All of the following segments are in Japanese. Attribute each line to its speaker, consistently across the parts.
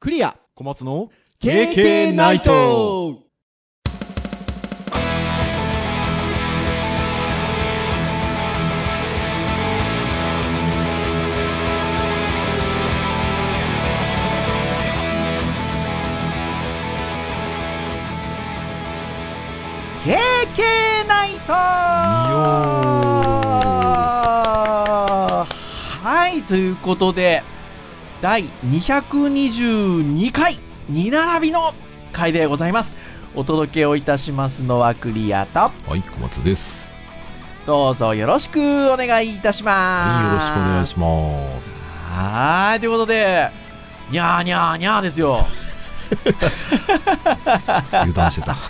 Speaker 1: クリア
Speaker 2: 小松の
Speaker 1: KK ナイト
Speaker 3: ナイトはい、ということで、第222回、2並びの回でございます。お届けをいたしますのはクリアと、
Speaker 4: はい、小松です。
Speaker 3: どうぞよろしくお願いいたし
Speaker 4: はい、よろしくお願
Speaker 3: ま
Speaker 4: い
Speaker 3: す。
Speaker 4: します。
Speaker 3: はーい、ということで、にゃーにゃーにゃーですよ。
Speaker 4: 油断し てた。そ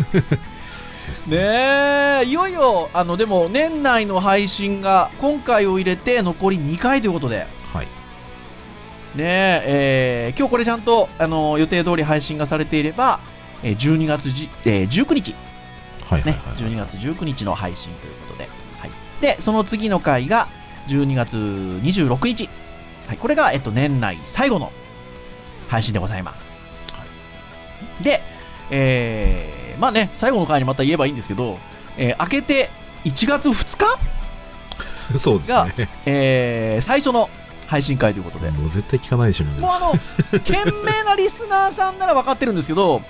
Speaker 4: うですね。
Speaker 3: ねえ、いよいよ、あの、でも、年内の配信が、今回を入れて残り2回ということで、
Speaker 4: はい。
Speaker 3: ねえ、えー今日これちゃんと、あの予定通り配信がされていれば、えー12月じ、えー19日
Speaker 4: はい
Speaker 3: で
Speaker 4: はい
Speaker 3: すね、
Speaker 4: はい。
Speaker 3: 12月19日の配信ということで、はい、で、その次の回が、12月26日、はい、これが、えっと、年内最後の配信でございます。で、えーまあね、最後の回にまた言えばいいんですけど、えー明けて1月2日、
Speaker 4: そうですね。
Speaker 3: えー最初の配信会ということで、
Speaker 4: もう絶対聞かないでしょ、みん
Speaker 3: もう
Speaker 4: な。
Speaker 3: あ の、懸命なリスナーさんなら分かってるんですけど、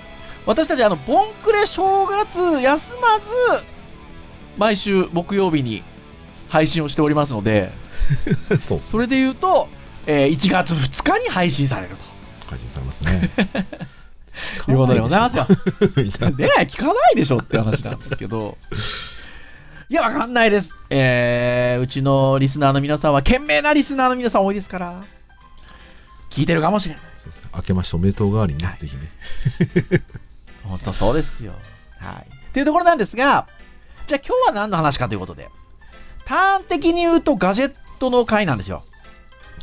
Speaker 3: 私たち、あの、ボンクレ正月休まず、毎週木曜日に配信をしておりますので、
Speaker 4: そうです
Speaker 3: そ
Speaker 4: ね。
Speaker 3: れで言うと、えー1月2日に配信される
Speaker 4: 配信されます ね。
Speaker 3: ということでござい ますよ。
Speaker 4: す。みたいな。
Speaker 3: ねえ、聞かないでしょって話なんですけど。いや、わかんないです。えー、うちのリスナーの皆さんは、懸命なリスナーの皆さん多いですから、聞いてるかもしれない。
Speaker 4: そうですね。明けましておめでとう代わりにね、ぜひね。
Speaker 3: 本当そうですよ。はい。というところなんですが、じゃあ今日は何の話かということで、端的に言うとガジェットの回なんですよ。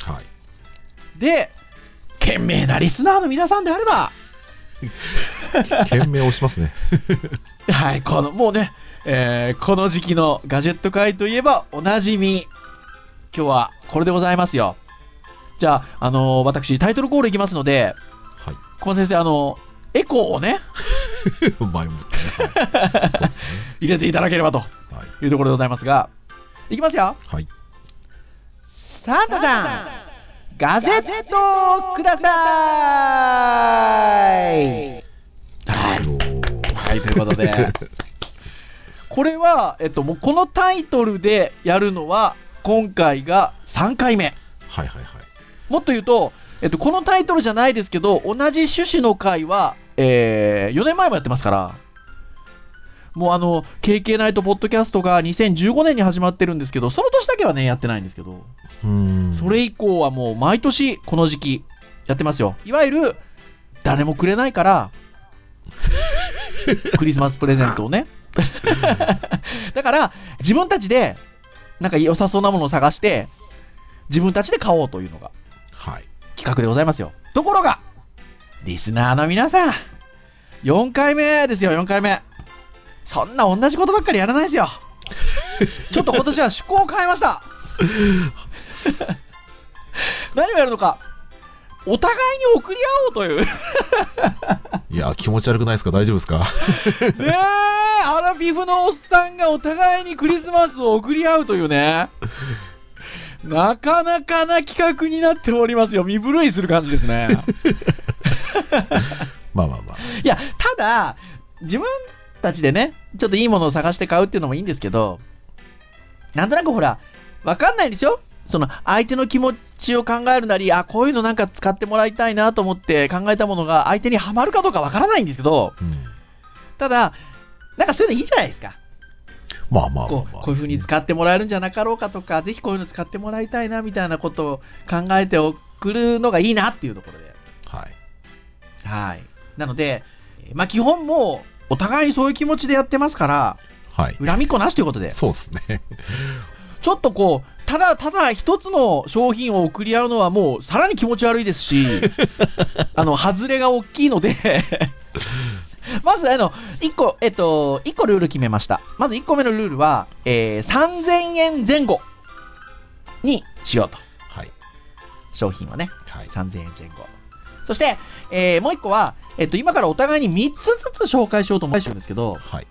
Speaker 4: はい。
Speaker 3: で、懸命なリスナーの皆さんであれば、
Speaker 4: 懸命押しますね。
Speaker 3: はい、この、もうね、えーこの時期のガジェット界といえばおなじみ。今日はこれでございますよ。じゃあ、あのー私、タイトルコールいきますので、
Speaker 4: はい。
Speaker 3: 小松先生、あのーエコーをね、
Speaker 4: 前もってね。 はいそうですね。
Speaker 3: 入れていただければと
Speaker 4: はい。
Speaker 3: いうところでございますが、いきますよ。
Speaker 4: はい。
Speaker 3: サンタさん、ガジェットをくださいはい。
Speaker 4: おー
Speaker 3: はい、というこ とで、 これは、えっと、もうこのタイトルでやるのは、今回が3回目。
Speaker 4: はいはいはい。
Speaker 3: もっと言うと、えっと、このタイトルじゃないですけど、同じ趣旨の回は、え4年前もやってますから、もうあの、KK ナイトポッドキャストが2015年に始まってるんですけど、その年だけはね、やってないんですけど。
Speaker 4: うーん。
Speaker 3: それ以降はもう毎年この時期やってますよ。いわゆる誰もくれな いから、クリスマスプレゼントをね。だから自分たちでなんか良さそうなものを探して自分たちで買おうというのが
Speaker 4: はい。
Speaker 3: 企画でございますよ。ところが、リスナーの皆さん、4回目ですよ、4回目。そんな同じことばっかりやらない ですよ。ちょっと今年は趣向を変えました。 何をやるのか、お互いに送り合おうと いう。ね
Speaker 4: いや、気持ち悪くないですか大丈夫ですか
Speaker 3: え、アラフィフのおっさんがお互いにクリスマスを送り合うというね。なかなかな企画になっておりますよ。身震いする感じですね。
Speaker 4: まあまあまあ。
Speaker 3: いや、ただ、自分たちでね、ちょっといいものを探して買うっていうのもいいんですけど、なんとなくほら、わかんないでしょその、相手の気持ちを考えるなり、あ、こういうのなんか使ってもらいたいなと思って考えたものが相手にはまるかどうかわからないんですけど、
Speaker 4: うん。
Speaker 3: ただ、なんかそういうのいいじゃないですか。
Speaker 4: まあまあまあ
Speaker 3: こう
Speaker 4: まあ。
Speaker 3: こういうふうに使ってもらえるんじゃなかろうかとか、ぜひこういうの使ってもらいたいなみたいなことを考えて送るのがいいなっていうところで。
Speaker 4: はい。
Speaker 3: はい。なので、えーまあ基本もう、お互いにそういう気持ちでやってますから、
Speaker 4: はい。
Speaker 3: 恨みっこなしということで、
Speaker 4: そうですね。
Speaker 3: ちょっとこう、ただただ一つの商品を送り合うのはもう、さらに気持ち悪いですし、 あの、外れが大きいので、 まず、あの、一個、えっと、一個ルール決めました。まず一個目のルールは、えー3000円前後にしようと。
Speaker 4: はい。
Speaker 3: 商品はね、
Speaker 4: はい。
Speaker 3: 3000円前後。そして、えーもう一個は、えっと、今からお互いに3つずつ紹介しようと思うんですけど、
Speaker 4: はい。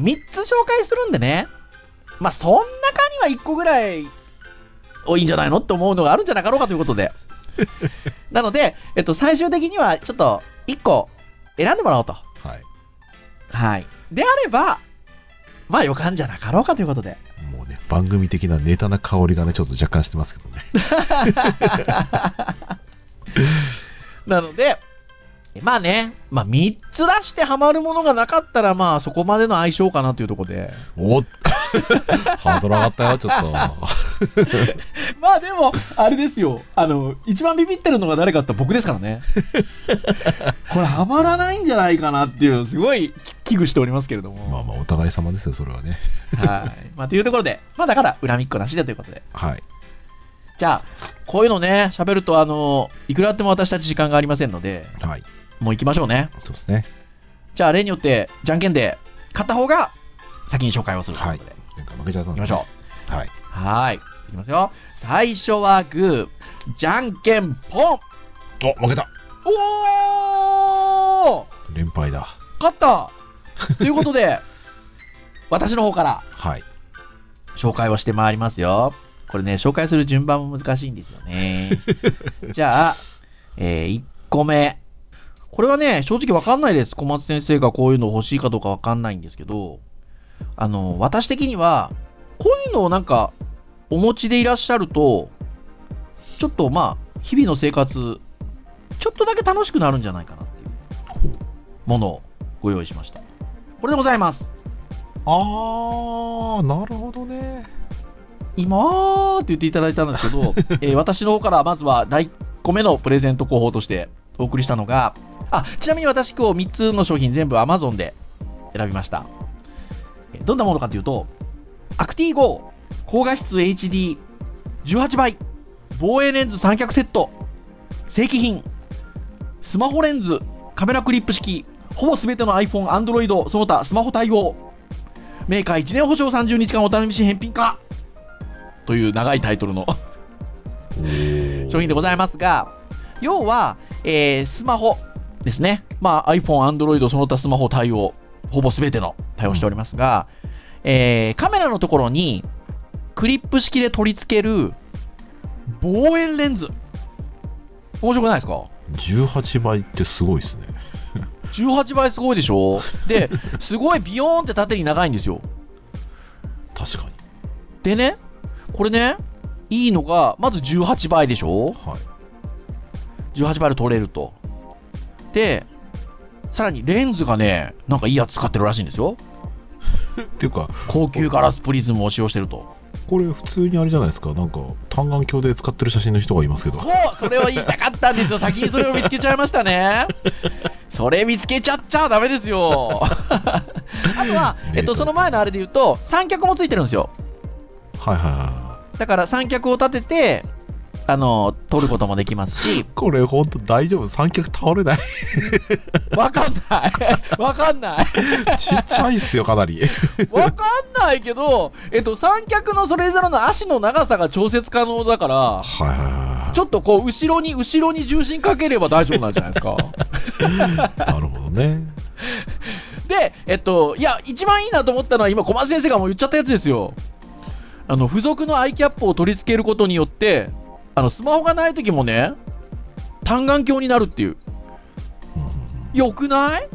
Speaker 3: 3つ紹介するんでね、まあ、そん中には1個ぐらい、おいいんじゃないのって思うのがあるんじゃなかろうかということで。なので、えっと、最終的にはちょっと1個選んでもらおうと。
Speaker 4: はい。
Speaker 3: はい。であれば、まあ予感じゃなかろうかということで。
Speaker 4: もうね、番組的なネタな香りがね、ちょっと若干してますけどね。
Speaker 3: なので、まあね、まあ3つ出してハマるものがなかったら、まあそこまでの相性かなというところで。
Speaker 4: おっ ハードル上がったよ、ちょ っと。
Speaker 3: まあでも、あれですよ。あの、一番ビビってるのが誰かって僕ですか らね。これハマらないんじゃないかなっていう、すごい危惧しておりますけれども。
Speaker 4: まあまあ、お互い様ですよ、それはね。
Speaker 3: はい。まあというところで、まあだから恨みっこなしだということで。
Speaker 4: はい。
Speaker 3: じゃあ、こういうのね、喋ると、あの、いくらあっても私たち時間がありませんので、
Speaker 4: はい。
Speaker 3: もう行きましょうね。
Speaker 4: そうですね。
Speaker 3: じゃあ、例によって、じゃんけんで、勝った方が先に紹介をするという
Speaker 4: は
Speaker 3: こ
Speaker 4: い
Speaker 3: とで。。
Speaker 4: 前回負けちゃった
Speaker 3: 行
Speaker 4: ん
Speaker 3: き
Speaker 4: で。
Speaker 3: ましょ
Speaker 4: う。はい。
Speaker 3: う。はーい。いきますよ。最初はグー、じゃんけんポン。
Speaker 4: お、負けた
Speaker 3: おー
Speaker 4: 連敗だ。
Speaker 3: 勝ったということで、私の方から
Speaker 4: はい。
Speaker 3: 紹介をしてまいりますよ。これね、紹介する順番も難しいんですよね。じゃあ、え1個目。これはね、正直わかんないです。小松先生がこういうの欲しいかどうかわかんないんですけど、あの、私的には、こういうのをなんか、お持ちでいらっしゃると、ちょっとまあ、日々の生活、ちょっとだけ楽しくなるんじゃないかなっていうものをご用意しました。これでございます。
Speaker 4: あー、なるほどね。
Speaker 3: 今ーって言っていただいたんですけど、えー私の方からまずは第1個目のプレゼント候補としてお送りしたのが、あ、ちなみに私今日3つの商品全部 Amazon で選びました。えーどんなものかというと、アクティ GO 高画質 HD18 倍防衛レンズ三脚セット正規品スマホレンズカメラクリップ式ほぼ全ての iPhone、Android その他スマホ対応メーカー1年保証30日間お試し返品かという長いタイトルの商品でございますが、要は、えースマホですね。まあ、iPhone、Android、その他スマホ対応、ほぼ全ての対応しておりますが、えーカメラのところに、クリップ式で取り付ける望遠レンズ。面白くないですか
Speaker 4: 18倍ってすごいですね。
Speaker 3: 18倍すごいでしょで、すごいビヨーンって縦に長いんですよ。
Speaker 4: 確かに。
Speaker 3: でね、これね、いいのが、まず18倍でしょ
Speaker 4: はい。
Speaker 3: 18倍で取れると。で、さらにレンズがね、なんかいいやつ使ってるらしいんですよ。
Speaker 4: っていうか、
Speaker 3: 高級ガラスプリズムを使用してると。
Speaker 4: これ普通にあれじゃないですか。なんか、単眼鏡で使ってる写真の人がいますけど
Speaker 3: そ。う、それを言いたかったんですよ。先にそれを見つけちゃいましたね。 それ見つけちゃっちゃダメですよ。 あとは、えっと、その前のあれで言うと、三脚もついてるんですよ。
Speaker 4: はいはいは
Speaker 3: だから三脚を立てて、あの、撮ることもできますし、
Speaker 4: い。これほんと大丈夫三脚倒れない
Speaker 3: わかんない。 わかんない。
Speaker 4: ちっちゃいっすよ、かなり。
Speaker 3: わかんないけど、えっと、三脚のそれぞれの足の長さが調節可能だから、
Speaker 4: はいはいは
Speaker 3: ちょっとこう、後ろに、後ろに重心かければ大丈夫なんじゃないですか。
Speaker 4: い。なるほどね。
Speaker 3: で、えっと、いや、一番いいなと思ったのは、今、小松先生がもう言っちゃったやつですよ。あの、付属のアイキャップを取り付けることによって、あの、スマホがない時もね、単眼鏡になるっていう。
Speaker 4: うん
Speaker 3: よくない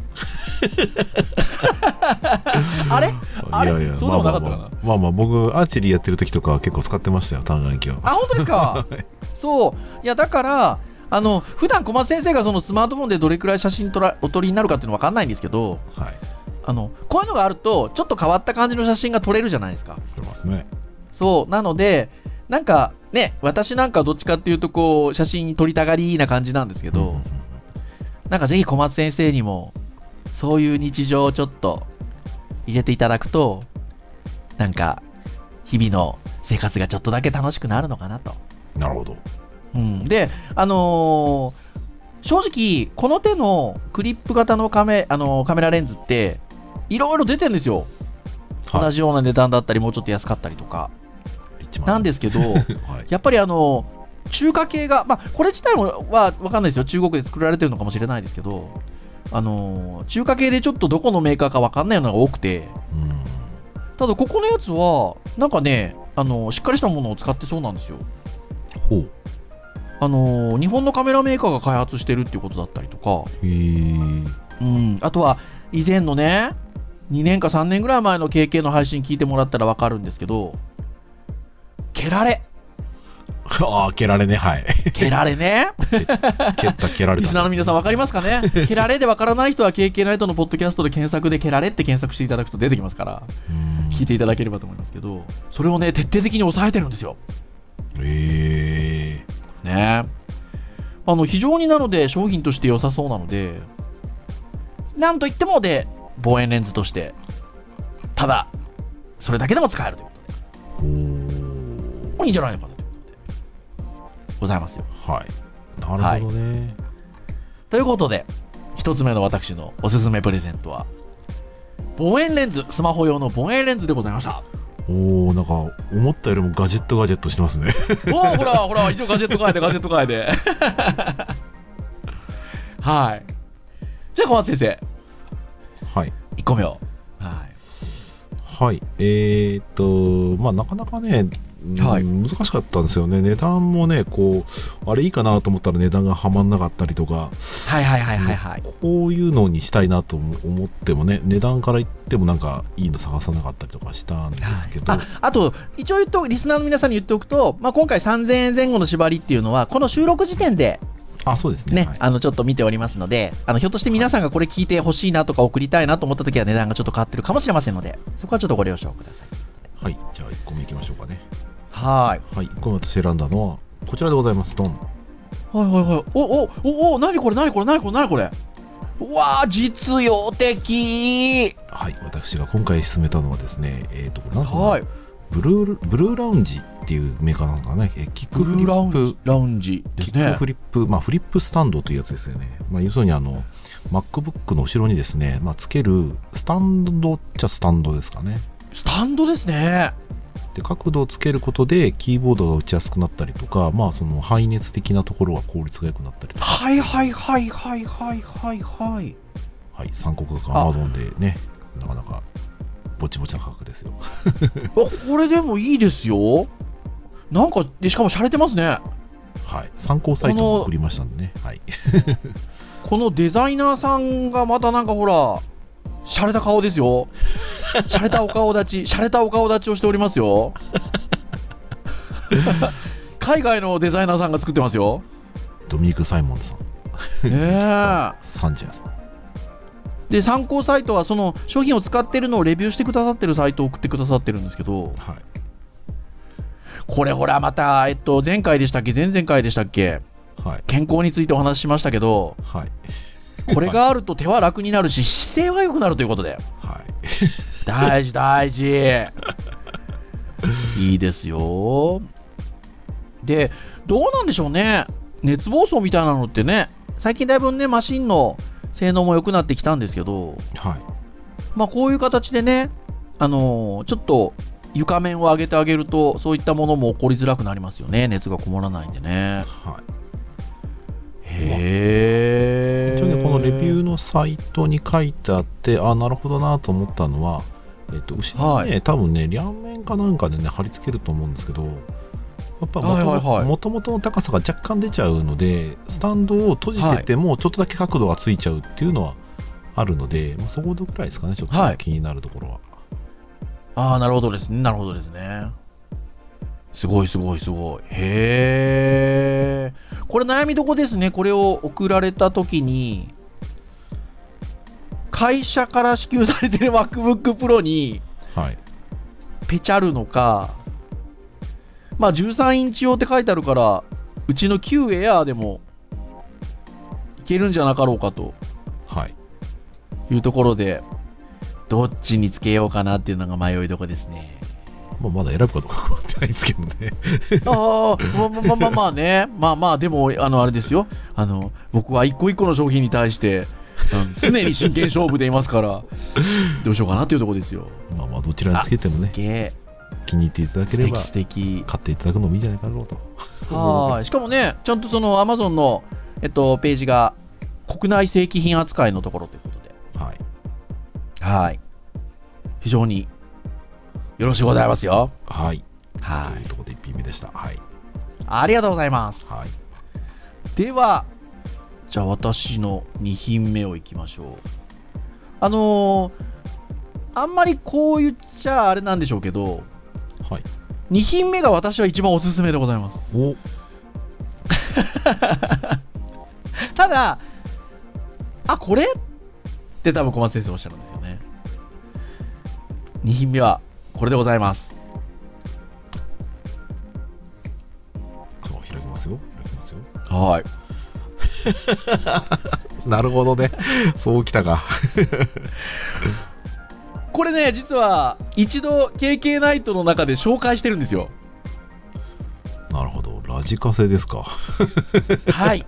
Speaker 3: あれあれ
Speaker 4: いやいや、
Speaker 3: そうでもなか
Speaker 4: ま
Speaker 3: っ
Speaker 4: あ
Speaker 3: た
Speaker 4: ま
Speaker 3: か
Speaker 4: あ
Speaker 3: な
Speaker 4: まあ、まあまあ、僕、アーチェリーやってる時とか結構使ってましたよ、単眼鏡。
Speaker 3: あ、本当で すかそう。いや、だから、あの、普段小松先生がそのスマートフォンでどれくらい写真撮らお撮りになるかっていうのわかんないんですけど、
Speaker 4: はい。
Speaker 3: あの、こういうのがあると、ちょっと変わった感じの写真が撮れるじゃないですか。
Speaker 4: 撮れますね。
Speaker 3: そう。なので、なんか、ね、私なんかどっちかっていうと、こう、写真撮りたがりな感じなんですけど、
Speaker 4: うんうんうん
Speaker 3: なんかぜひ小松先生にも、そういう日常をちょっと入れていただくと、なんか、日々の生活がちょっとだけ楽しくなるのかなと。
Speaker 4: なるほど。
Speaker 3: うん、で、あのー正直、この手のクリップ型のカメ,、あのーカメラレンズって、いろいろ出てるんですよ、同
Speaker 4: はい。
Speaker 3: じような値段だったり、もうちょっと安かったりとか、
Speaker 4: 一番
Speaker 3: なんですけど、
Speaker 4: はい。
Speaker 3: やっぱり、あのー中華系が、まあ、これ自体もは分かんないですよ、中国で作られてるのかもしれないですけど、あのー中華系でちょっとどこのメーカーか分かんないのが多くて、
Speaker 4: うん
Speaker 3: ただここのやつは、なんかね、あのーしっかりしたものを使ってそうなんですよ。
Speaker 4: ほう
Speaker 3: あのー日本のカメラメーカーが開発してるっていうことだったりとか、
Speaker 4: へえ
Speaker 3: うん、あとは以前のね、2年か3年ぐらい前の KK の配信聞いてもらったら分かるんですけど、蹴られ、
Speaker 4: ああ蹴られね はい
Speaker 3: 蹴られね。
Speaker 4: 蹴った蹴られた
Speaker 3: リスナーの皆さん分かりますすかね蹴られで分からない人は KK ナイトのポッドキャストで検索で蹴られって検索していただくと出てきますから
Speaker 4: うん
Speaker 3: 聞いていただければと思いますけどそれをね徹底的に抑えてるんですよ。
Speaker 4: へえ
Speaker 3: ねあの非常になので商品として良さそうなのでなんといってもで望遠レンズとしてただそれだけでも使えるということで
Speaker 4: ほう
Speaker 3: これいいんじゃないのかなということでございますよ。
Speaker 4: はいなるほどね、
Speaker 3: ということで、一つ目の私のおすすめプレゼントは、望遠レンズ、スマホ用の望遠レンズでございました。
Speaker 4: おおなんか思ったよりもガジェットガジェットしてますね
Speaker 3: おお、ほら、ほら、一応ガジェット変えて、ガジェット変えて。はい。じゃあ、小松先生、
Speaker 4: はい
Speaker 3: 1個目を。は
Speaker 4: はい、えーっと、まあ、なかなかね、うん
Speaker 3: はい
Speaker 4: 難しかったんですよね、値段もね、こう、あれいいかなと思ったら値段がはまんなかったりとか、
Speaker 3: い、はいはいはいはいはい。
Speaker 4: こういうのにしたいなと思思ってもね、値段から言ってもなんかいいの探さなかったりとかしたんですけど、
Speaker 3: ああと、一応言っとリスナーの皆さんに言っておくと、まあ、今回3000円前後の縛りっていうのは、この収録時点で
Speaker 4: あそうですね
Speaker 3: ね、
Speaker 4: はい
Speaker 3: あのちょっと見ておりますので、あのひょっとして皆さんがこれ聞いてほしいなとか送りたいなと思った時は値段がちょっと変わってるかもしれませんので、そこはちょっとご了承ください。
Speaker 4: はい、じゃあ1個目いきましょうかね。
Speaker 3: はー
Speaker 4: は
Speaker 3: い。
Speaker 4: い、1個目私選んだのは、こちらでございます、ドン。
Speaker 3: はいはいはい。おおおお何これ何これ何これ何これ。うわー実用的。
Speaker 4: はい、私が今回進めたのはですね、えーっと、これなんですかね
Speaker 3: はい。
Speaker 4: ブルー、ブルーラウンジっていうメーカーなのかな、えキック
Speaker 3: ブ
Speaker 4: フ
Speaker 3: ル
Speaker 4: リ
Speaker 3: ーラウ
Speaker 4: ッ
Speaker 3: ン
Speaker 4: プ
Speaker 3: ジラウンジで
Speaker 4: キ
Speaker 3: す
Speaker 4: ック
Speaker 3: ね
Speaker 4: フ。リップ、まあ、フリップスタンドというやつですよね。まあ、要するにあの、MacBook の後ろにですね、まあ、つけるスタンドっちゃスタンドですかね。
Speaker 3: スタンドですね。
Speaker 4: で、角度をつけることで、キーボードが打ちやすくなったりとか、まあ、その排熱的なところは効率が良くなったりとか、
Speaker 3: はいはいはいはいはいはいはい。
Speaker 4: はい、三国学
Speaker 3: あ
Speaker 4: Amazon でね、なかなか、ぼちぼちな価格ですよ。
Speaker 3: あこれでもいいですよ。なんかでしかも洒落てますね。
Speaker 4: はい、参考サイト
Speaker 3: こ
Speaker 4: も
Speaker 3: の
Speaker 4: 送りましたんでね、はい。
Speaker 3: このデザイナーさんがまたなんかほら、洒落た顔ですよ。洒落たお顔立ち、洒落たお顔立ちをしておりますよ。海外のデザイナーさんが作ってますよ。
Speaker 4: ドミニク・サイモンズさん。
Speaker 3: ねえ
Speaker 4: さんサンジェラさん。
Speaker 3: で、参考サイトはその商品を使ってるのをレビューしてくださってるサイトを送ってくださってるんですけど、
Speaker 4: はい。
Speaker 3: これほらまた、えっと、前回でしたっけ、前々回でしたっけ、
Speaker 4: はい。
Speaker 3: 健康についてお話ししましたけど、
Speaker 4: はい。
Speaker 3: これがあると手は楽になるし、姿勢は良くなるということで。
Speaker 4: はい。
Speaker 3: 大事 大事いいですよでどうなんでしょうね熱暴走みたいなのってね最近だいぶねマシンの性能も良くなってきたんですけど
Speaker 4: はい。
Speaker 3: まあこういう形でねあのーちょっと床面を上げてあげるとそういったものも起こりづらくなりますよね熱がこもらないんでね
Speaker 4: はい。
Speaker 3: へえ
Speaker 4: 一応ねこのレビューのサイトに書いてあってあなるほどなと思ったのは、えっと後ろにね、多分ね両面かなんかでね貼り付けると思うんですけどやっぱ
Speaker 3: はいはいはい
Speaker 4: もともとの高さが若干出ちゃうのでスタンドを閉じててもちょっとだけ角度がついちゃうっていうのはあるので、まあ、そこどくらいですかねちょっ
Speaker 3: はい
Speaker 4: と気になるところは、
Speaker 3: ああ、なるほどですね。なるほどですね。すごいすごいすごい。へえ。これ悩みどこですね。これを送られたときに、会社から支給されてる MacBook Pro に
Speaker 4: はい
Speaker 3: ペチャるのか、まあ13インチ用って書いてあるから、うちの Q Air でもいけるんじゃなかろうかと
Speaker 4: はい
Speaker 3: いうところで、どっちにつけようかなっていうのが迷いどこですね。
Speaker 4: まあ、まだ選ぶかどうか分かってないですけどね
Speaker 3: ああ、まあまあまあまあね、まあまあ、でも、あの、あれですよ、あの、僕は一個一個の商品に対して、あの常に真剣勝負でいますから、どうしようかなというところですよ。
Speaker 4: まあまあどちらにつけてもね
Speaker 3: すげえ
Speaker 4: 気に入っていただけ
Speaker 3: 素
Speaker 4: れ
Speaker 3: 敵
Speaker 4: ば
Speaker 3: 素敵
Speaker 4: 買っていただくのもいいんじゃないかろうと。
Speaker 3: はーいしかもねちゃんとそのアマゾンの、えっと、ページが国内正規品扱いのところということで
Speaker 4: はい。
Speaker 3: はい非常によろしゅうございますよ
Speaker 4: はい。
Speaker 3: は
Speaker 4: という
Speaker 3: い
Speaker 4: ところで1品目でした。はい。
Speaker 3: ありがとうございます
Speaker 4: はい。
Speaker 3: ではじゃあ私の2品目をいきましょうあのーあんまりこう言っちゃあれなんでしょうけど
Speaker 4: はい。
Speaker 3: 2品目が私は一番おすすめでございます
Speaker 4: お
Speaker 3: ただあこれって多分小松先生おっしゃるんですよね2品目はこれでございます
Speaker 4: そう開きますよ。開きますよ。
Speaker 3: はい
Speaker 4: なるほど ね。そうきたか。
Speaker 3: これね実は一度 KK ナイトの中で紹介してるんですよ
Speaker 4: なるほど。ラジカセですか。
Speaker 3: はい。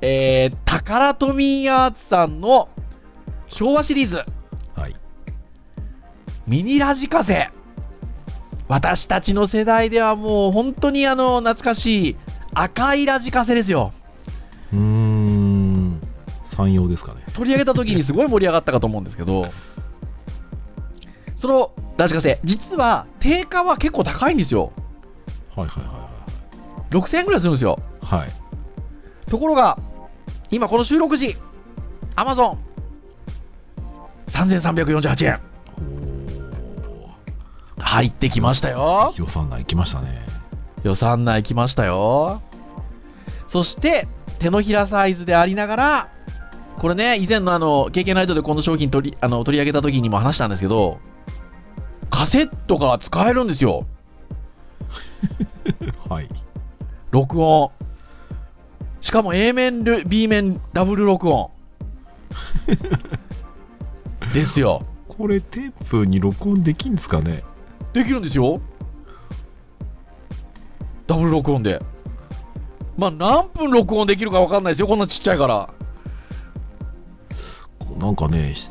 Speaker 3: えー、タカラトミーアーツさんの昭和シリーズ
Speaker 4: はい。
Speaker 3: ミニラジカセ。私たちの世代ではもう本当にあの懐かしい赤いラジカセですよ。
Speaker 4: うーん。山陽ですかね。
Speaker 3: 取り上げた時にすごい盛り上がったかと思うんですけど、そのラジカセ、実は定価は結構高いんですよ。
Speaker 4: はいはいは
Speaker 3: 6000円ぐらいするんですよ。
Speaker 4: いはい。はい。
Speaker 3: ところが、今この収録時、Amazon、3348円。
Speaker 4: お
Speaker 3: 入ってきましたよ
Speaker 4: ー。予算内来ましたね。
Speaker 3: 予算内来ましたよそして手のひらサイズでありながらこれね以前のあの KK ナイトでこの商品取りあの取り上げた時にも話したんですけどカセットが使えるんですよ
Speaker 4: はい。
Speaker 3: 録音しかも A 面ル B 面ダブル録音ですよ
Speaker 4: これテープに録音できんですかね
Speaker 3: できるんですよダブル録音でまあ何分録音できるか分かんないですよこんなちっちゃいから
Speaker 4: なんかね、し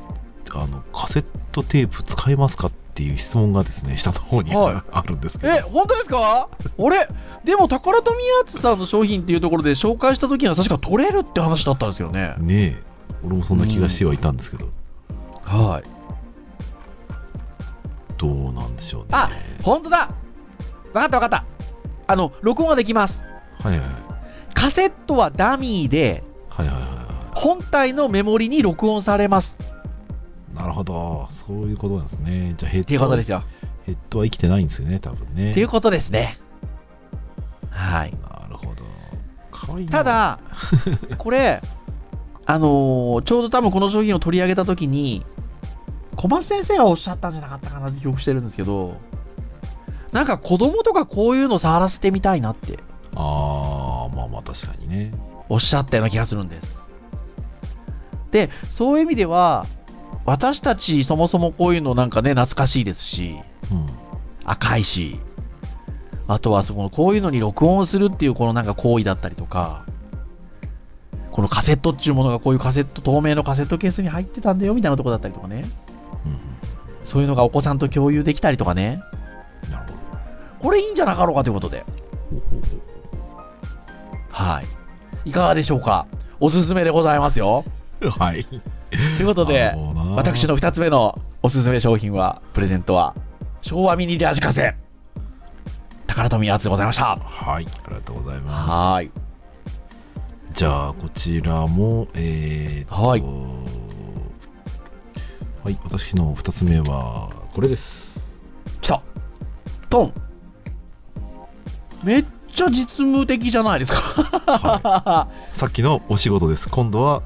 Speaker 4: あの、カセットテープ使えますかっていう質問がですね、下の方に、
Speaker 3: はい
Speaker 4: あるんですけど。
Speaker 3: え本当ですか俺でも宝富アーツさんの商品っていうところで紹介した時には確か取れるって話だったんですけどね
Speaker 4: ねえ。俺もそんな気がしてはいたんですけど、
Speaker 3: はい
Speaker 4: どうなんでしょうね。
Speaker 3: あ本当だ分かった分かったあの録音はできます
Speaker 4: はいはい
Speaker 3: カセットはダミーで
Speaker 4: はいはいはいは
Speaker 3: 本体のメモリに録音されます
Speaker 4: い。なるほど。そういうことなんですね。じゃあヘッ
Speaker 3: っていう
Speaker 4: ド
Speaker 3: こと
Speaker 4: は
Speaker 3: ですよ
Speaker 4: ヘッドは生きてないんですよね、多分ね。
Speaker 3: っていうことですねはい
Speaker 4: なるほど。かわいいな
Speaker 3: た、だ、これ、あのーちょうど多分この商品を取り上げたときに、小松先生はおっしゃったんじゃなかったかなって記憶してるんですけど、なんか子供とかこういうの触らせてみたいなって
Speaker 4: ああ、まあまあ確かにね。
Speaker 3: おっしゃったような気がするんです。で、そういう意味では、私たちそもそもこういうのなんかね、懐かしいですし、
Speaker 4: うん。
Speaker 3: 赤いし、あとはそのこういうのに録音するっていうこのなんか行為だったりとか、このカセットっていうものがこういうカセット、透明のカセットケースに入ってたんだよみたいなとこだったりとかね、
Speaker 4: うん
Speaker 3: そういうのがお子さんと共有できたりとかね、
Speaker 4: うん。なるほ
Speaker 3: これいいんじゃなかろうかということで、
Speaker 4: ど。ほうほうほう
Speaker 3: はい。いかがでしょうかおすすめでございますよ。
Speaker 4: はい。
Speaker 3: ということで、私
Speaker 4: 私
Speaker 3: の2つ目のおすすめ商品は、プレゼントは、昭和ミニラジカセ、宝富アーツでございました。
Speaker 4: はい、ありがとうございま
Speaker 3: はい。
Speaker 4: す。じゃあ、こちらも、えーっと、
Speaker 3: はい
Speaker 4: はい、私の2つ目は、これです。
Speaker 3: 来たトンめっちゃ実務的じゃないですか
Speaker 4: はさっきのお仕事です。今度は、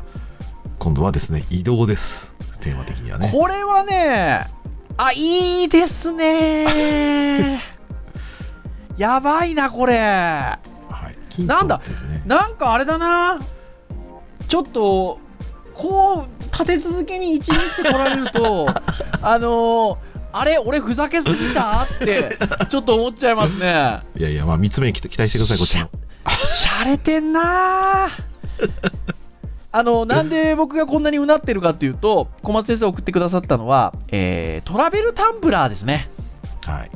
Speaker 4: 今度はですね、移動です。テーマ的に はね。
Speaker 3: これはねあいいですねやばいなこれ
Speaker 4: はい、金
Speaker 3: なんだ
Speaker 4: ですね。
Speaker 3: なんかあれだなちょっとこう立て続けに一日って来られるとあのーあれ俺ふざけすぎたってちょっと思っちゃいますね
Speaker 4: いやいや、まあ、3つ目に期待期待してください、こっちも。
Speaker 3: しゃれて んなああのなんで僕がこんなにうなってるかっていうと小松先生送ってくださったのは、えートラベルタンブラーですね
Speaker 4: はい。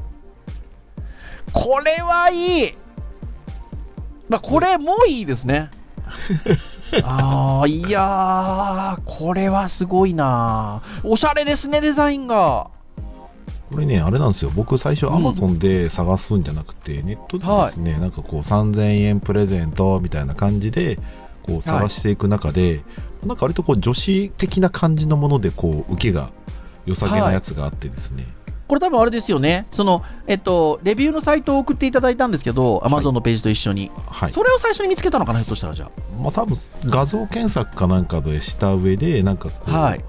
Speaker 3: これはいい、まあ、これもいいで すねああいやーこれはすごいなおしゃれですねデザインが
Speaker 4: これね、あれなんですよ、僕、最初、アマゾンで探すんじゃなくて、ネットでですね、なんかこう、3000円プレゼントみたいな感じで、こう、探していく中で、なんか割とこう、女子的な感じのもので、こう、受けが良さげなやつがあってですね。
Speaker 3: これ多分あれですよね、その、えっと、レビューのサイトを送っていただいたんですけど、アマゾンのページと一緒に、
Speaker 4: はい。
Speaker 3: それを最初に見つけたのかな、ひょっとしたらじゃ
Speaker 4: まあ、多分画像検索かなんかでした上で、なんかこ
Speaker 3: あ。
Speaker 4: う、
Speaker 3: はい。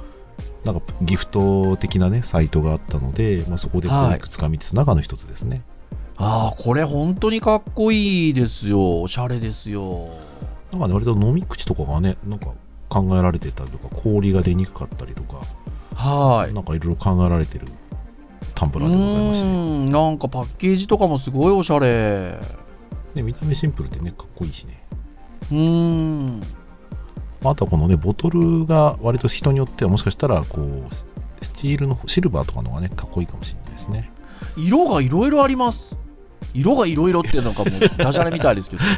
Speaker 4: なんかギフト的なね、サイトがあったので、まあ、そこでこ
Speaker 3: は
Speaker 4: う
Speaker 3: い
Speaker 4: いくつか見てた中の一つですね。
Speaker 3: ああ、これ本当にかっこいいですよ。おしゃれですよ。
Speaker 4: なんかね、割と飲み口とかがね、なんか考えられてたりとか、氷が出にくかったりとか、
Speaker 3: はい。
Speaker 4: なんかいろいろ考えられてるタンブ
Speaker 3: う
Speaker 4: ラーでございまし
Speaker 3: ー
Speaker 4: て、
Speaker 3: ん、なんかパッケージとかもすごいおしゃれ。
Speaker 4: ね、見た目シンプルでね、かっこいいしね。
Speaker 3: うーん。
Speaker 4: まああとはこのね、ボトルが割と人によってはもしかしたら、こう、ススチールの方、シルバーとかの方がね、かっこいいかもしれないですね。
Speaker 3: 色がいろいろあります。色がいろいろってなんかもうダジャレみたいですけ ど。
Speaker 4: そ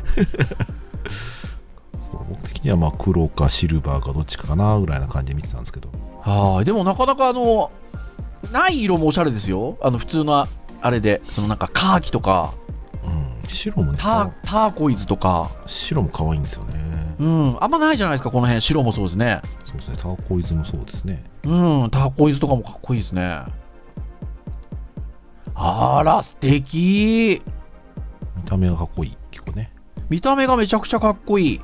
Speaker 4: う僕的にはまあ黒かシルバーかどっちかかなぐらいな感じで見てたんですけど、
Speaker 3: はい。でもなかなかあの、ない色もおしゃれですよ。あの、普通のあれで、そのなんかカーキとか、
Speaker 4: うん、白もね、
Speaker 3: ターターコイズとか、
Speaker 4: 白も可愛いんですよね。
Speaker 3: うん、あんまないじゃないですか、この辺。白もそうですね。
Speaker 4: そうですね、ターコイズもそうですね。
Speaker 3: うん、ターコイズとかもかっこいいですね。あら、素敵
Speaker 4: 見た目がかっこいい、結構ね。
Speaker 3: 見た目がめちゃくちゃかっこいい。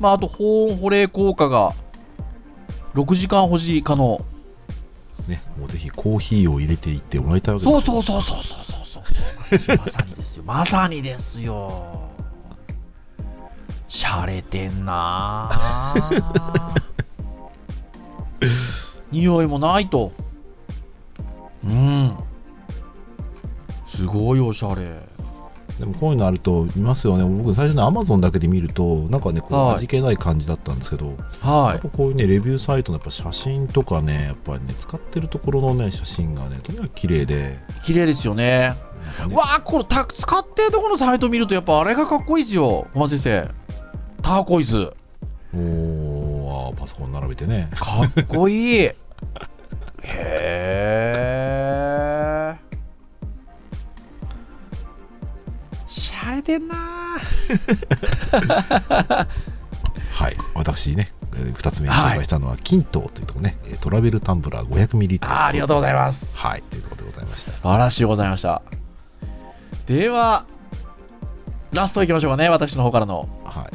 Speaker 3: まあ、あと、保温保冷効果が6時間保持可能。
Speaker 4: ね、もうぜひコーヒーを入れていってもらいたいわけです
Speaker 3: そ
Speaker 4: よ
Speaker 3: うそうそうそうそうそうそう。まさにですよ。まさにですよ。しゃれてんなあ匂いもないと。うん。すごいおしゃれ。
Speaker 4: でもこういうのあると見ますよね僕最初のアマゾンだけで見るとなんかねこ
Speaker 3: は
Speaker 4: う
Speaker 3: い
Speaker 4: 味気ない感じだったんですけど、
Speaker 3: は
Speaker 4: やっぱこういうねレビューサイトのやっぱ写真とかねやっぱりね使ってるところのね写真がねとにかく綺麗で
Speaker 3: い。綺麗ですよね。
Speaker 4: なんかね
Speaker 3: わあ、これた使ってるとこのサイト見るとやっぱあれがかっこいいですよ。小松先生。ターコイズ。
Speaker 4: おーあーパソコン並べてね
Speaker 3: かっこいい へえしゃれてんな
Speaker 4: はい私ね2つ目に紹介したのは金刀というとこね、えートラベルタンブラー 500ml
Speaker 3: あーありがとうございます
Speaker 4: はいというところでございました
Speaker 3: 素晴らしいございましたではラストいきましょうかね私の方からの
Speaker 4: は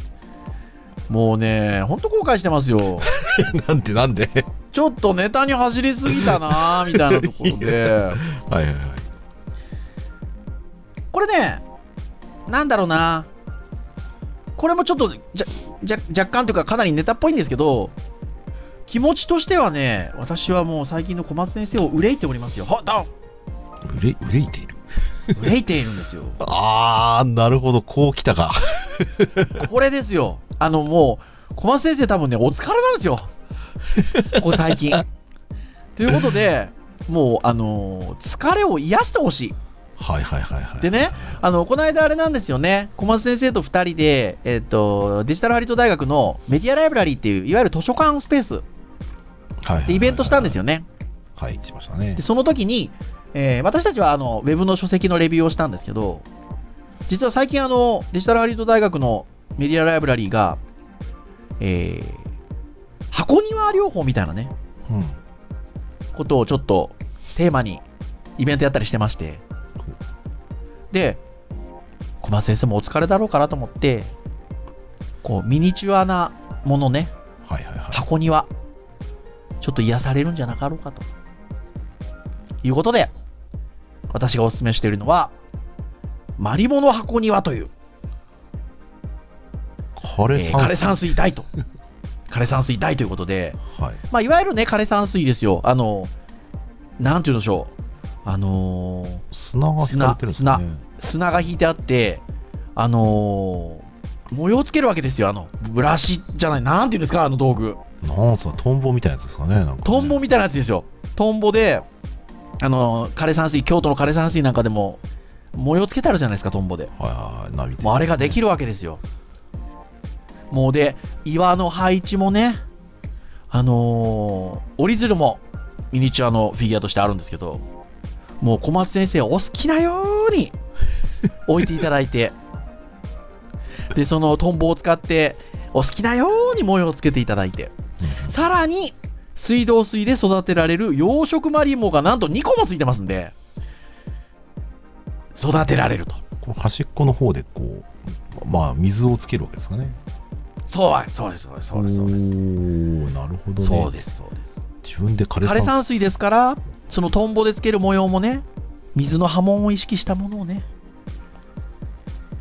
Speaker 3: もうねほんと後悔してます よ
Speaker 4: いなんでなんで
Speaker 3: ちょっとネタに走りすぎたなーみたいなところ
Speaker 4: い
Speaker 3: で
Speaker 4: はいはいはい
Speaker 3: これね、なんだろうな、これもちょっとじゃじゃ若干というか、かなりネタっぽいんですけど、気持ちとしてはね、私はもう最近の小松先生を憂いておりますよ。ほっと
Speaker 4: 憂い憂いている
Speaker 3: 憂いているんですよ。
Speaker 4: ああなるほどこうきたか
Speaker 3: これですよ。あのもう、小松先生、多分ね、お疲れなんですよ。ここ最近。ということで、もう、あのー疲れを癒してほしい。
Speaker 4: はいはいはいはい。
Speaker 3: でね、あのこの間、あれなんですよね、小松先生と2人で、えっとデジタルハリウッド大学のメディアライブラリーっていう、いわゆる図書館スペース
Speaker 4: はいはいはいはい
Speaker 3: でイベントしたんです。よね。
Speaker 4: はい、しましたね
Speaker 3: で、。その時に、えー私たちはあのウェブの書籍のレビューをしたんですけど、実は最近あの、デジタルハリウッド大学のメディアライブラリーが、えー箱庭療法みたいなね、
Speaker 4: うん。
Speaker 3: ことをちょっとテーマにイベントやったりしてまして
Speaker 4: ほう
Speaker 3: で小松先生もお疲れだろうかなと思ってこうミニチュアなものね
Speaker 4: はいはいは
Speaker 3: 箱庭ちょっと癒されるんじゃなかろうかということで私がお勧めしているのはマリモの箱庭という、
Speaker 4: い。枯
Speaker 3: え
Speaker 4: れ
Speaker 3: ー
Speaker 4: 山
Speaker 3: 枯山
Speaker 4: 水。
Speaker 3: 水 大と枯山水大ということで
Speaker 4: はい。
Speaker 3: まあ、いわゆるね、枯山水ですよ。あの、なんて言うんでしょう。あのー
Speaker 4: 砂が引かれてるんですね。
Speaker 3: 砂砂が引いてあって、あのー模様つけるわけですよ。あの、ブラシじゃない、なんて言うんですか、あの道具。
Speaker 4: なんすか、トンボみたいなやつですかね。なんかね
Speaker 3: トンボみたいなやつですよ。トンボで、あのー枯山水、京都の枯山水なんかでも、模様つけてあるじゃないですか、トンボで。
Speaker 4: はいはいナビ
Speaker 3: もうあれができ
Speaker 4: る
Speaker 3: るわけですよ。もうで、岩の配置もね、あのー折り鶴もミニチュアのフィギュアとしてあるんですけど、もう小松先生、お好きなように置いていただいて、で、そのトンボを使って、お好きなように模様をつけていただいて、さらに、水道水で育てられる養殖マリモがなんと2個もついてますんで、育てられると。
Speaker 4: この端っこの方でこうまあ水をつけるわけですかね
Speaker 3: そうはそうです、そうです、そうです、そうです。
Speaker 4: おーなるほどね
Speaker 3: そうです、そうです。
Speaker 4: 自分で枯
Speaker 3: 枯
Speaker 4: れ
Speaker 3: 山
Speaker 4: 山
Speaker 3: 水ですから、そのトンボでつける模様もね、水の波紋を意識したものをね、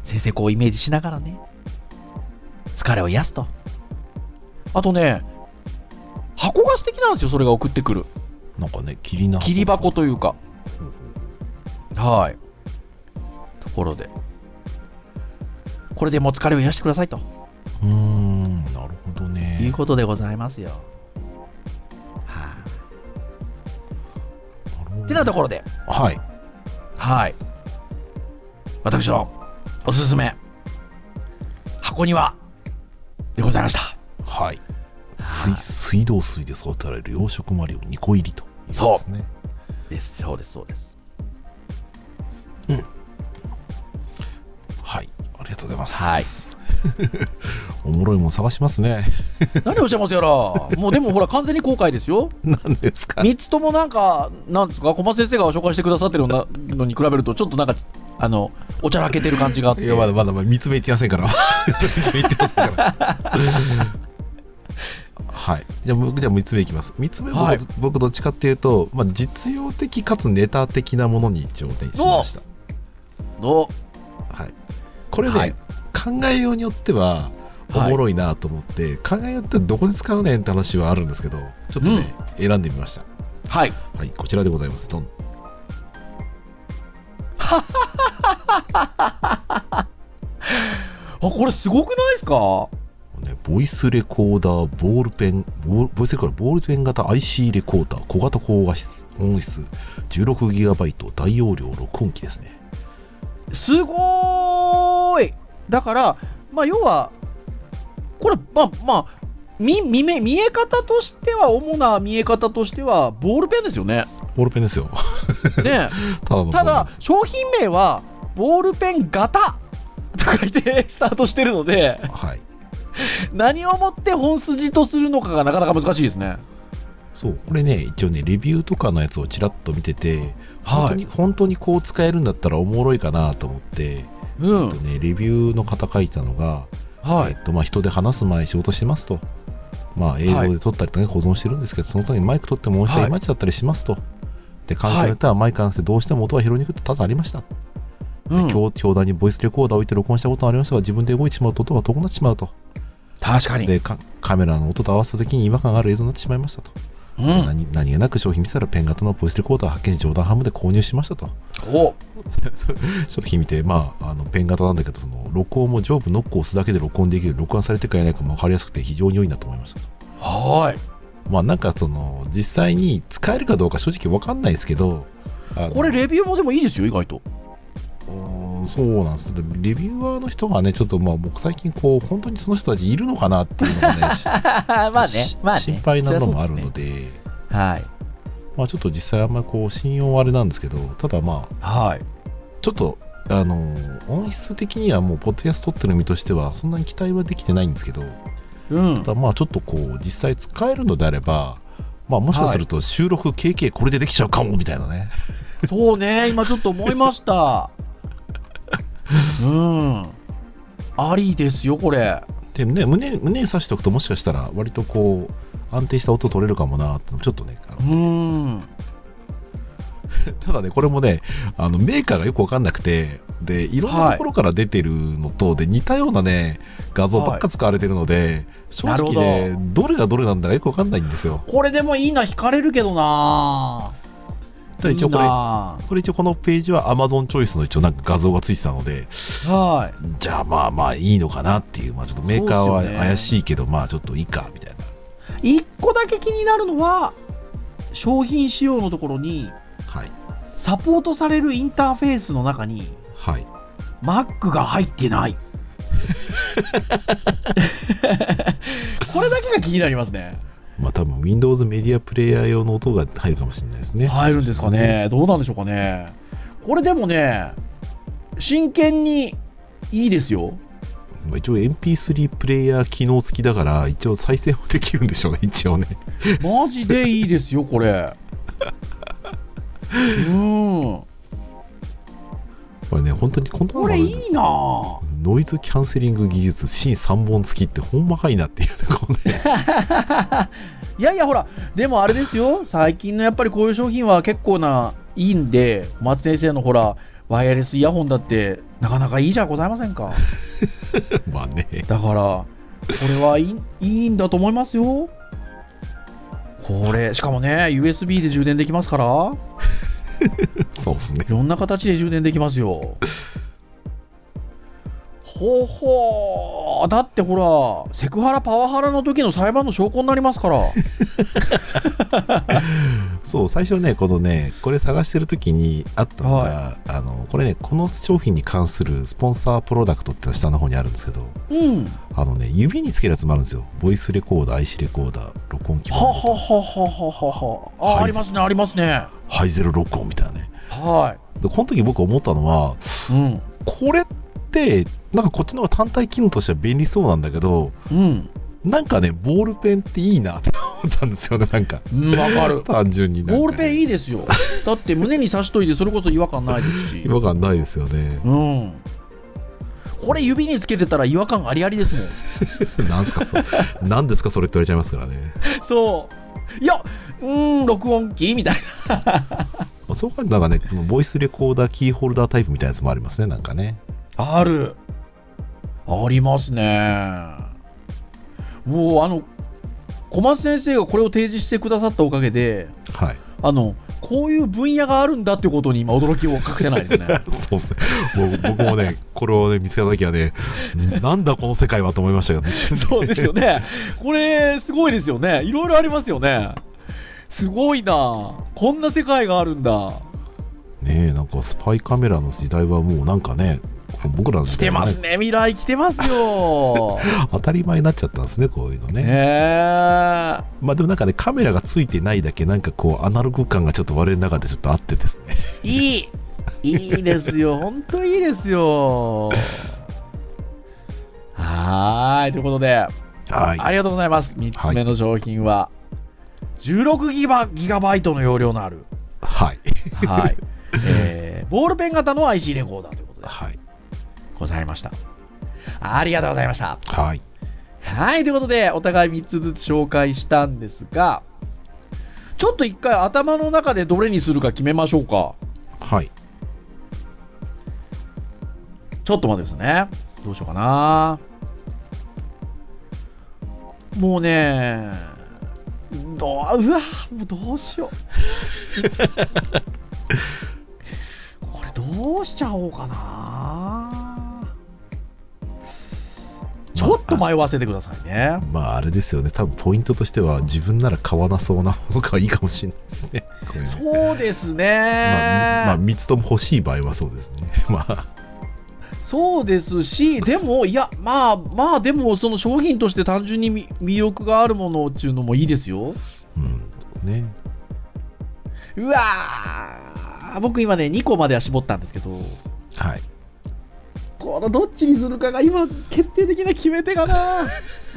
Speaker 3: 先生、こうイメージしながらね、疲れを癒すと。あとね、箱が素敵なんですよ、それが送ってくる。
Speaker 4: なんかね霧な
Speaker 3: 切り箱というか。はい。ところで、これでもう疲れを癒してくださいと。
Speaker 4: うーんなるほど
Speaker 3: いう
Speaker 4: ね
Speaker 3: ことでございますよ。は
Speaker 4: るほ
Speaker 3: い。
Speaker 4: ど
Speaker 3: てなところで、
Speaker 4: はい
Speaker 3: はい。私のおすすめ、箱庭でございました。
Speaker 4: はい水水道水で育てられる養殖マリオ2個入りという
Speaker 3: そう
Speaker 4: ですね
Speaker 3: です、そうです、そうです。
Speaker 4: はいありがとうございますはい おもろいもん探しますね
Speaker 3: 何をおっしゃいますやら、もうでもほら、完全に後悔ですよ。
Speaker 4: 何ですか
Speaker 3: 3つともなんか、なんですか、小松先生が紹介してくださってるのなのに比べると、ちょっとなんか、あの、おちゃらけてる感じがあって。
Speaker 4: いやまだまだまだ3つ目いってませんから 三つ目いってませんからはいじゃあ僕じゃあ3つ目いきます3つ目は、
Speaker 3: はい
Speaker 4: 僕どっちかっていうと、まあ、実用的かつネタ的なものに一応ねしました
Speaker 3: の
Speaker 4: はい、これね、
Speaker 3: はい
Speaker 4: 考えようによってはおもろいなと思って、考えようってどこで使うねんって話はあるんですけどちょっとね、選んでみました
Speaker 3: はい。
Speaker 4: はいこちらでございますドン
Speaker 3: あ、これすごくないですか
Speaker 4: ねボイスレコーダーボールペンボールボイスレコーダーボールペン型 IC レコーダー小型高画質音質 16GB 大容量録音機ですね
Speaker 3: すごーいだから、まあ、要は、これ、まあ、まあ、見見め見え方としては、主な見え方としては、ボールペンですよね。
Speaker 4: ボールペンです よ
Speaker 3: ね
Speaker 4: ただのボールペ
Speaker 3: た
Speaker 4: ン
Speaker 3: だ
Speaker 4: で、す
Speaker 3: 商品名は、ボールペン型とか言ってスタートしてるので、
Speaker 4: はい
Speaker 3: 何をもって本筋とするのかがなかなか難しいですね。
Speaker 4: そうこれね一応ねレビューとかのやつをちらっと見てて、本当に。本当にこう使えるんだったらおもろいかなと思って
Speaker 3: う
Speaker 4: えっ
Speaker 3: ん。
Speaker 4: とね、レビューの方書いたのが、
Speaker 3: は
Speaker 4: え
Speaker 3: い。
Speaker 4: っとまあ、人で話す前に仕事してますと、まあ、映像で撮ったりとかね保存してるんですけど、その時にマイク撮っても音声
Speaker 3: はい
Speaker 4: いまいちだったりしますと。で環境
Speaker 3: はい
Speaker 4: によってはマイクがなくてどうしても音が拾いにくいこと多々ありました、
Speaker 3: うん
Speaker 4: で教教団にボイスレコーダーを置いて録音したことがありましたが自分で動いてしまうと音が遠くなってしまうと
Speaker 3: 確かに。
Speaker 4: でかカメラの音と合わせた時に違和感がある映像になってしまいましたと、
Speaker 3: うん。
Speaker 4: 何何気なく商品見てたらペン型のボイスレコーダーを発見し冗談半分で購入しましたと
Speaker 3: お
Speaker 4: 商品見て、まあ、あのペン型なんだけどその録音も上部ノックを押すだけで録音できる録音されてるかいないかも分かりやすくて非常に良いなと思いました
Speaker 3: はーい。
Speaker 4: まあなんかその実際に使えるかどうか正直分かんないですけどあの
Speaker 3: これ、レビューもでもいいですよ、意外 と。
Speaker 4: うーんそうなんですでレビューアーの人がねちょっとまあ僕最近こう本当にその人たちいるのかなっていうのが ねし
Speaker 3: ま
Speaker 4: し心配なのもあるので
Speaker 3: はい。
Speaker 4: まあ、ちょっと実際あんまりこう信用はあれなんですけどただまあ
Speaker 3: はい。
Speaker 4: ちょっとあの音質的にはもうポッドキャスト撮ってる身としてはそんなに期待はできてないんですけど
Speaker 3: うん。
Speaker 4: ただまあちょっとこう実際使えるのであれば、まあ、もしかすると収録 KK これでできちゃうかもみたいなね、
Speaker 3: そうね、今ちょっと思いま した。うん。ありですよ、これ。
Speaker 4: でね胸胸に刺しておくともしかしたら割とこう安定した音取れるかもなってちょっとねあの
Speaker 3: うん。
Speaker 4: ただねこれもねあのメーカーがよく分かんなくてでいろんなところから出てるのと、で似たようなね画像ばっか使われてるので、正直
Speaker 3: なる
Speaker 4: ねどれがどれなんだかよく分かんないんですよ
Speaker 3: これでもいいな、惹かれるけどな。
Speaker 4: ただ一応これ
Speaker 3: いいな
Speaker 4: これ一応このページは Amazon チョイスの一応なんか画像がついてたので
Speaker 3: はい。
Speaker 4: じゃあまあまあいいのかなっていう、まあ、ちょっとメーカーは
Speaker 3: そうですよね
Speaker 4: 怪しいけど、まあちょっといいかみたいな。
Speaker 3: 一個だけ気になるのは、商品仕様のところに、
Speaker 4: はい、
Speaker 3: サポートされるインターフェースの中に、マックが入ってない これだけが気になりますね
Speaker 4: まあ多分 Windows メディアプレイヤー用の音が入るかもしれないですね
Speaker 3: 入るんですかねどうなんでしょうかねこれでもね真剣にいいですよ
Speaker 4: まあ一応 MP3 プレイヤー機能付きだから一応再生もできるんでしょうね一応ね
Speaker 3: マジでいいですよこれうん
Speaker 4: これね本当にこんなの
Speaker 3: こ
Speaker 4: があ
Speaker 3: れ
Speaker 4: るん
Speaker 3: い
Speaker 4: だ
Speaker 3: いなぁ
Speaker 4: ノイズキャンセリング技術 C3 本付きってほんまかいなっていうねこのね
Speaker 3: いやいやほらでもあれですよ最近のやっぱりこういう商品は結構ないいんで松先生のほらワイヤレスイヤホンだってなかなかいいじゃございませんか
Speaker 4: まあね
Speaker 3: だからこれはいいいいんだと思いますよこれしかもね USB で充電できますから
Speaker 4: そうですね
Speaker 3: いろんな形で充電できますよ。ほうほうだってほらセクハラパワハラの時の裁判の証拠になります から
Speaker 4: そう最初ねこのねこれ探してる時にあったのが、
Speaker 3: は
Speaker 4: あのこれねこの商品に関するスポンサープロダクトってのは下の方にあるんですけど
Speaker 3: うんは
Speaker 4: あのね指につけるやつもあるんですよボイスレコーダー IC レコーダー録音機
Speaker 3: はは
Speaker 4: 能
Speaker 3: ははははあ、
Speaker 4: はい
Speaker 3: ありますねありますね
Speaker 4: ハイゼロ録音みたいなね
Speaker 3: は
Speaker 4: でこの時僕思ったのはい
Speaker 3: うん
Speaker 4: これってなんかこっちの方が単体機能としては便利そうなんだけど
Speaker 3: うん
Speaker 4: なんかねボールペンっていいなって思ったんですよねなんか
Speaker 3: うんわかる
Speaker 4: 単純になんか
Speaker 3: ボールペン
Speaker 4: い
Speaker 3: いいですよだって胸に刺しといてそれこそ違和感ないですし
Speaker 4: 違和感ないですよね
Speaker 3: うんこれ指につけてたら違和感ありありですもん
Speaker 4: なんすかそれなんですかそれって言われちゃいますからね、
Speaker 3: そういやうーん録音機みたいな
Speaker 4: まあ、そう考えたらねこのボイスレコーダーキーホルダータイプみたいなやつもありますねなんかね
Speaker 3: ある。ありますね。もう、あの、小松先生がこれを提示してくださったおかげで、
Speaker 4: はい。
Speaker 3: あの、こういう分野があるんだってことに今驚きを隠せないですね
Speaker 4: そうですねもう僕もねこれをね見つけた時はねなんだこの世界はと思いましたけどね一瞬
Speaker 3: そうですよね。これ、すごいですよね。いろいろありますよね。すごいなこんな世界があるんだ。
Speaker 4: ねえなんかスパイカメラの時代はもうなんかね僕らの
Speaker 3: 来
Speaker 4: 時
Speaker 3: て
Speaker 4: 代は
Speaker 3: ま
Speaker 4: ね
Speaker 3: すね。未来来てます よ。
Speaker 4: 当たり前になっちゃったんですねこういうのね
Speaker 3: ねえ。
Speaker 4: まあでもなんかねカメラがついてないだけなんかこうアナログ感がちょっと我の中でちょっとあってですね
Speaker 3: いいいいです よ、本当いいですよ。はーい、ということで、
Speaker 4: はい
Speaker 3: ありがとうございます。3つ目の商品は、16ギガギガバイトの容量のある、
Speaker 4: はい
Speaker 3: はい えーボールペン型の IC レコーダーということで
Speaker 4: はい
Speaker 3: ございました。ありがとうございました。
Speaker 4: はい
Speaker 3: はい、ということで、お互い3つずつ紹介したんですが、ちょっと一回頭の中でどれにするか決めましょうか。
Speaker 4: はい
Speaker 3: ちょっと待ってくださいね。どうしようかな。もうね、どううわ、もうどう しよう。これどうしちゃおうかな。ちょっと迷わせてくださいね。
Speaker 4: まああれですよね多分ポイントとしては自分なら買わなそうなものがいいかもしれないですねこれね
Speaker 3: そうです
Speaker 4: まあ、まあ、
Speaker 3: ね。
Speaker 4: 3つとも欲しい場合はそうですね まあ
Speaker 3: そうですし、でも、いや、まあまあ、でも、その商品として単純に魅魅力があるものっていうのもいいですよ。
Speaker 4: うんね
Speaker 3: うわー僕今ね2個までは絞ったんですけど
Speaker 4: はい
Speaker 3: このどっちにするかが今決定的な決め手か な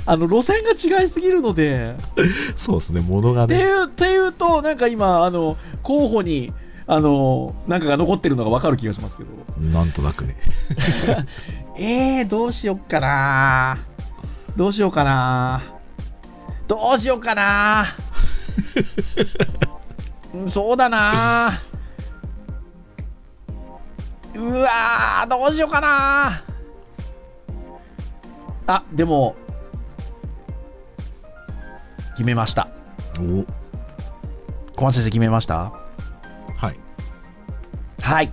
Speaker 3: あの路線が違いすぎるので
Speaker 4: そうですね物が
Speaker 3: って
Speaker 4: ね
Speaker 3: いうっていうとなんか今あの候補にあのなんかが残ってるのが分かる気がしますけど
Speaker 4: なんとなくね
Speaker 3: えー、どうしよっかなどうしようかなどうしようかな うんそうだなうわーどうしようかなあでも決めました
Speaker 4: お
Speaker 3: 小松先生決めました
Speaker 4: はい
Speaker 3: はい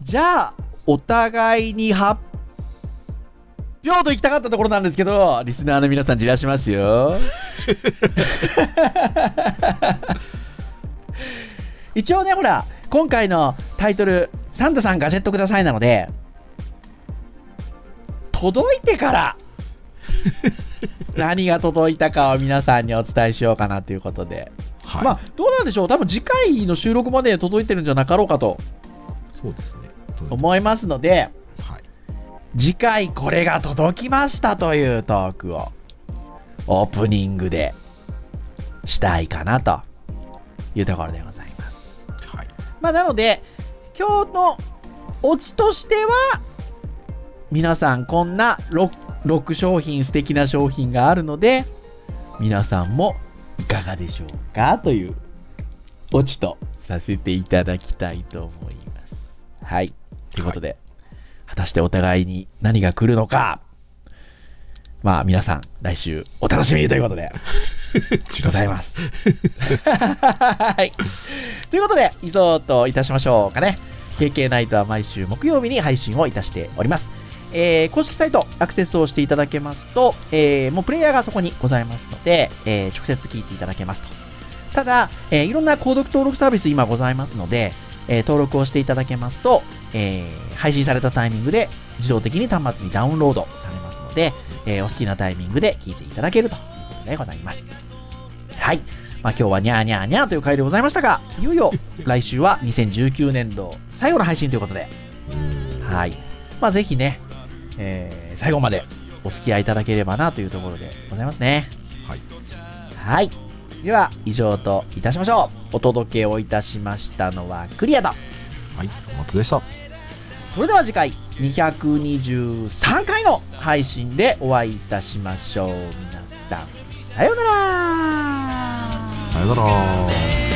Speaker 3: じゃあお互いに発表と行きたかったところなんですけどリスナーの皆さんじらします よ一応ねほら今回のタイトル「サンタさんガジェットください」なので届いてから 何が届いたかを皆さんにお伝えしようかなということで、
Speaker 4: はい、
Speaker 3: まあどうなんでしょう多分次回の収録まで届いてるんじゃなかろうかと
Speaker 4: そうですね。
Speaker 3: 思いますので
Speaker 4: はい、
Speaker 3: 次回これが届きましたというトークをオープニングでしたいかなというところでございます
Speaker 4: はい、
Speaker 3: まあ、なので、今日のオチとしては、皆さんこんな 6, 6商品素敵な商品があるので、皆さんもいかがでしょうかというオチとさせていただきたいと思います。はい。ということで、果たしてお互いに何が来るのか、まあ皆さん来週お楽しみにということで。ございます。はい。ということで、以上といたしましょうかね。KK ナイトは毎週木曜日に配信をいたしております。えー公式サイトアクセスをしていただけますと、えーもうプレイヤーがそこにございますので、えー直接聞いていただけますと。ただ、えーいろんな購読登録サービス今ございますので、えー登録をしていただけますと、えー配信されたタイミングで自動的に端末にダウンロードされますので、えーお好きなタイミングで聞いていただけるということでございます。はい。まあ、今日はニャーニャーニャーという回でございましたが、いよ いよ来週は2019年度最後の配信ということで、はい。まあ、ぜひね、えー最後までお付き合いいただければなというところでございますね。
Speaker 4: はい。
Speaker 3: はい。では、以上といたしましょう。お届けをいたしましたのはクリアと。
Speaker 4: はい、お待ちでした。
Speaker 3: それでは次回223回の配信でお会いいたしましょう皆さんさようなら
Speaker 4: さよなら。